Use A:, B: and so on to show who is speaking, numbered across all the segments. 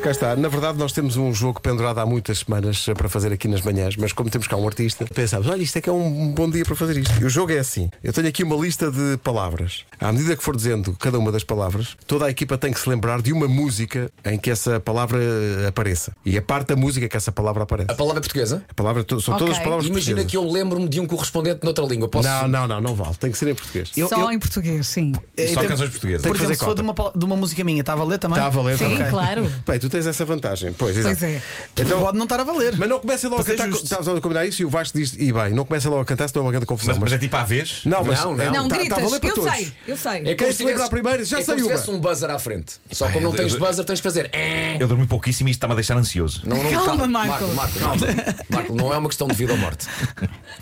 A: Cá está. Na verdade, nós temos um jogo pendurado há muitas semanas eh, para fazer aqui nas manhãs, mas como temos cá um artista, pensámos, olha, isto é que é um bom dia para fazer isto. E o jogo é assim. Eu tenho aqui uma lista de palavras. À medida que for dizendo cada uma das palavras, toda a equipa tem que se lembrar de uma música em que essa palavra eh, apareça. E a parte da música que essa palavra aparece.
B: A palavra é portuguesa?
A: A palavra, to- são todas
C: Ok.
A: as palavras
B: Imagina
A: portuguesas.
B: que eu lembro-me de um correspondente noutra língua. Posso?
A: Não, não, não, não vale. Tem que ser em português.
D: Eu-
C: Só
D: eu-
C: em português, sim.
D: Só
A: tem-
D: canções portuguesas.
A: tem
D: Então, Por
A: que fazer
D: exemplo, se for de uma, pa- de uma música minha,
E: Tá
D: está a valer também?
A: Está a valer, está
C: Sim,
A: bem.
C: claro.
A: Bem, tu tens essa vantagem. Pois, exato.
C: Pois é.
A: Então,
D: Pode não estar a valer.
A: Mas não comecem logo a
D: Para ser
A: cantar.
D: justo.
A: Estavas a combinar isso e o Vasco diz: e bem, não comecem logo a cantar, senão é uma grande confusão.
D: Mas, mas é tipo à vez?
A: Não, mas
B: Não, não.
A: é,
C: Não,
A: tá- tá a
C: gritas.
A: valer para
C: eu
A: todos.
C: sei, eu sei.
B: É como
A: Quem
B: se
A: se lembra
B: tivesse-
A: à primeira, já
B: é
A: sei
B: como se
A: uma.
B: tivesse um buzzer à frente. Só
D: Pá,
B: como não
D: eu-
B: tens
D: eu-
B: buzzer, tens de fazer. "Eh".
D: Eu dormi pouquíssimo e isto está-me a deixar ansioso.
B: Não, não,
C: Calma, Marco.
B: Marco, calma. Marco, não é uma questão de vida ou morte.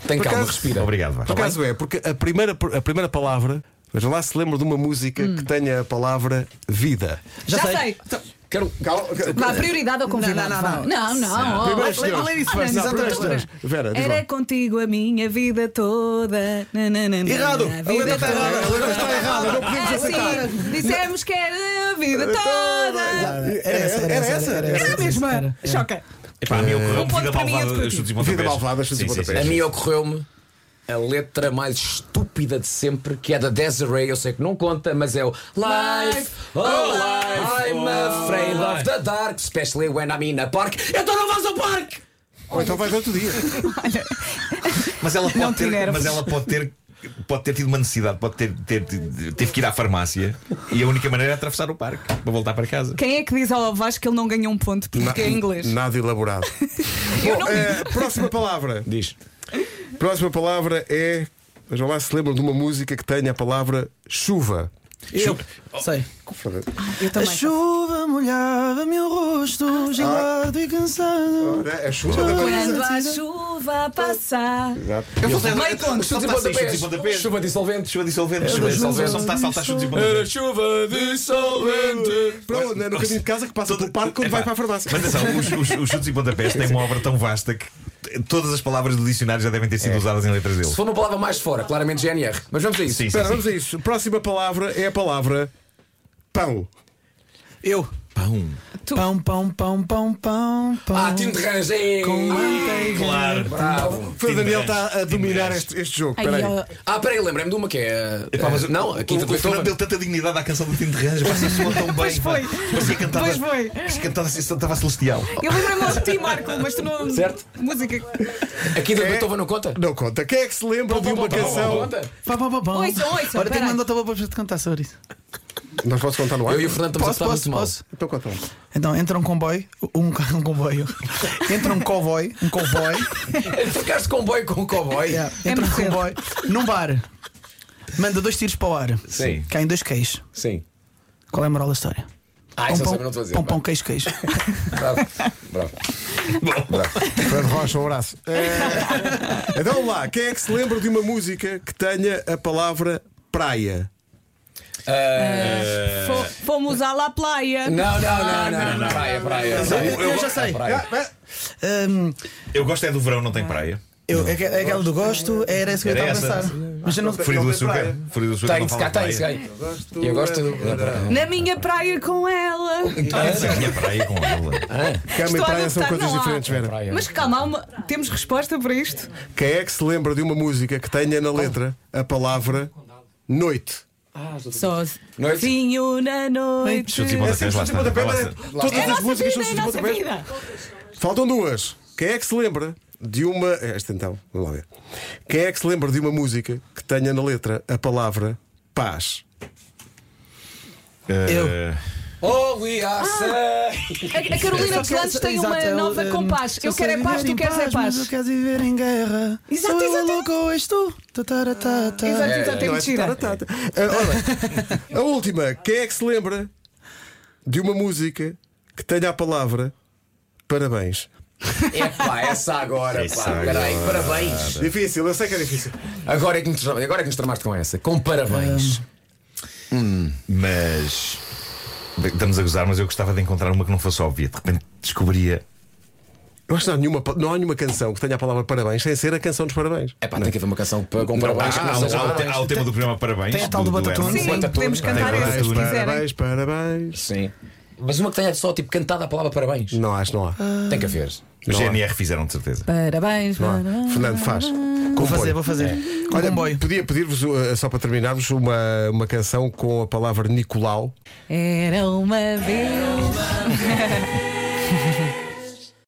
B: Tem calma,
A: acaso-
B: respira.
D: Obrigado, Vasco.
A: Por acaso é, porque a primeira, a primeira palavra, vejam lá se lembro de uma música
C: Hum.
A: que tenha a palavra vida.
C: Já, sei.
A: Então,
B: Quero. Calma.
A: eh,
C: Vá, prioridade ao convidado.
D: não,
C: vá. não.
D: não.
C: não,
A: Primeiro
C: oh,
A: os senhores.
C: lê- lê
D: isso,
C: isso,
D: vai,
C: Fernando,
D: não,
C: isso
D: primeiro
C: outra
A: os
C: vez.
A: senhores. Vera, diz
C: Era
A: lá.
C: contigo a minha vida toda. Na, na, na, na,
A: Errado.
C: na,
A: A letra está errada, a letra está errada, não podemos
C: É
A: aceitar.
C: assim, Dissemos que era a vida toda.
A: Era essa, era essa.
C: Era a mesma. Choca.
D: Epá, a minha ocorreu
C: Um ponto
D: vida
C: para mim e outro para
D: malvada,
C: ti.
D: chutes e pontapés.
A: Eh, Vida malvada, chutes e
D: Sim, sim,
A: pontapés.
B: A
D: sim.
B: mim ocorreu-me a letra mais estúpida de sempre, que é da Desiree. Eu sei que não conta, mas é o Life, oh life, I'm afraid of the dark, especially when I'm in a park. Então não vais ao parque!
A: Ou então vais outro dia.
D: Mas ela
C: Não
D: pode
C: te
D: ter,
C: enerves.
D: mas ela pode ter, pode ter tido uma necessidade, pode ter, ter- teve que ir à farmácia e a única maneira é atravessar o parque para voltar para casa.
C: Quem é que diz ao Vasco que ele não ganhou um ponto porque é inglês?
A: Nada elaborado. Bom, eh, próxima palavra.
B: Diz.
A: Próxima palavra é. Vejam lá se lembram de uma música que tenha a palavra chuva.
D: Eu.
E: Sei.
C: Eu
E: A
C: também.
E: chuva molhava meu rosto, gelado e cansado.
A: Ora, A chuva da Marisa.
C: Quando a chuva a passar. Meio ponto.
B: Chutes e
D: chutes e pontapés.
B: pontapés. Chuva dissolvente.
D: Chuva dissolvente, chuva dissolvente, só me está a saltar chutes e pontapés.
B: Era chuva dissolvente.
A: Pronto, não é no caminho de casa que passa pelo parque quando
D: Epá,
A: vai para a farmácia.
D: Mas atenção, os, os, os chutes e pontapés têm uma obra tão vasta que todas as palavras do dicionário já devem ter
A: É.
D: sido usadas em letras
B: Se
D: deles.
B: for uma palavra mais fora, claramente GNR. Mas vamos a isso. é
D: Sim, sim,
A: Espera,
D: sim.
A: vamos a isso. Próxima palavra é a palavra pão.
E: Eu.
D: Pão.
E: Pão, pão, pão, pão, pão, pão.
B: Ah, time de Ah, ranja. ei.
E: Com manteiga.
D: Claro.
B: Bravo.
A: O Daniel
D: Timbrés,
A: está a dominar
D: timbrés.
A: este, este jogo.
C: Ai,
A: Espera aí.
C: ó,
B: Ah, peraí, lembrei-me de uma que é.
D: Epá, mas
B: eh, não, aqui
D: o, o Fernando deu tanta dignidade à canção do Tim de Ranja, mas isso soou tão bem.
C: Pois foi.
D: pá. Parecia que cantava,
C: Pois foi.
D: parecia que cantava, isso cantava celestial.
C: Eu lembro-me logo de ti, Marco, mas tu não.
B: Certo.
C: Música.
B: Aqui da
A: É.
B: Beethoven não conta?
A: Não conta. Quem é que se lembra de uma canção?
E: Pá, pá, pá, pá.
C: Ouça, ouça,
E: Olha, tenho
C: peraí.
E: mandado outra para te cantar sobre isso.
A: Nós posso contar no ar?
B: Eu e o Fernando estamos
E: Posso,
B: a estar muito
E: posso,
B: mal.
E: posso.
A: Então conta lá.
E: Então entra um comboio, um, ca- um comboio. Entra um cowboy, um cowboy.
B: Ficaste comboio com o cowboy.
E: Yeah, entra um
C: É muito cedo.
E: comboio num bar. Manda dois tiros para o ar.
B: Sim.
E: Caem dois queijos.
B: Sim.
E: Qual é a moral da história?
B: Ah, isso eu
E: Pão, Um pão,
B: sempre não estou a dizer.
E: pão, pão, queijo, queijo.
B: Bravo. Bravo.
A: Fred Rocha, um abraço. É... Então vamos lá. Quem é que se lembra de uma música que tenha a palavra praia?
C: Fo- Fomos à La Playa.
B: Eh, Não, não, não, não, não. Praia, praia. praia.
E: Eu já sei.
B: Praia.
E: Hum,
D: Eu gosto é do verão, não tem praia.
E: eu, é que- é aquela do gosto, era isso que eu
D: Era
E: estava a
D: essa.
E: pensar. Mas eu não.
D: Frio do
A: tem
D: açúcar.
A: praia.
D: Frio do açúcar.
B: Tem,
D: não
B: se cá
D: fala de praia.
B: tem, se cá. Eu gosto do.
C: Na minha praia com ela.
D: Ah, se tinha praia com ela.
A: Cama
C: Estou
A: e
C: a
A: praia são
C: adotar,
A: coisas
C: não há.
A: diferentes, Vera.
B: Praia.
C: Mas calma, há uma... temos resposta para isto?
A: Quem é que se lembra de uma música que tenha na letra a palavra noite?
B: Noite.
C: Sozinho na noite.
D: É Chutes e
A: É
D: pontapés, lá está. Lá está.
C: É a
A: Todas as
C: nossa
A: músicas são
C: vida,
A: assim,
C: é a
A: chutes e
C: nossa
A: pontapés.
C: vida.
A: Faltam duas. Quem é que se lembra de uma. Esta então, vamos lá ver. Quem é que se lembra de uma música que tenha na letra a palavra paz?
D: Eh,
B: Oh, we are safe.
C: A, a Carolina dos Landes tem uma
E: Exato,
C: nova
E: eu,
C: com
E: hum,
C: paz.
E: só
C: Eu quero
E: sei
C: é paz,
E: viver
C: tu
E: em
C: queres é
E: Mas tu
C: paz.
E: queres viver em guerra.
C: Exato,
E: Sou eu
C: exato.
E: louco ou és tu? Tataratata.
C: Exato, exato, é
A: Não é
C: mentira.
A: taratata. Ah, ora bem. a última. Quem é que se lembra de uma música que tenha a palavra parabéns?
B: Epá, essa agora,
D: Essa
B: pá. Peraí, parabéns.
A: Difícil, eu sei que é difícil.
B: Agora é que nos, agora é que nos tramaste com essa. Com parabéns.
D: Mas. Bem, Estamos a gozar, mas eu gostava de encontrar uma que não fosse óbvia. De repente descobria.
A: Eu acho que não há, nenhuma, pa- não há nenhuma canção que tenha a palavra parabéns sem ser a canção dos parabéns.
B: É pá, tem que haver uma canção pa- com parabéns.
D: Ah,
B: que não
D: há,
B: seja
D: há o te-
B: parabéns.
D: há o tema do programa Parabéns.
E: Tem a tal do Batatune.
D: Hermes.
C: Sim,
B: Quanta
C: podemos
A: é
B: turma.
C: cantar
D: Tem
C: essa se
D: quanta turma.
C: quiserem.
A: Parabéns, parabéns.
B: Sim. Mas uma que tenha só tipo cantada a palavra parabéns.
A: Não acho, não há.
B: Tem que haver.
D: Os GNR fizeram, de certeza.
C: Parabéns,
A: Não há.
C: parabéns.
A: Fernando, faz.
E: Vou
A: Compõe.
E: fazer, vou fazer. Um
A: Olha,
E: comboio.
A: podia pedir-vos, uh, só para terminarmos, uma, uma canção com a palavra Nicolau.
C: Era uma vez.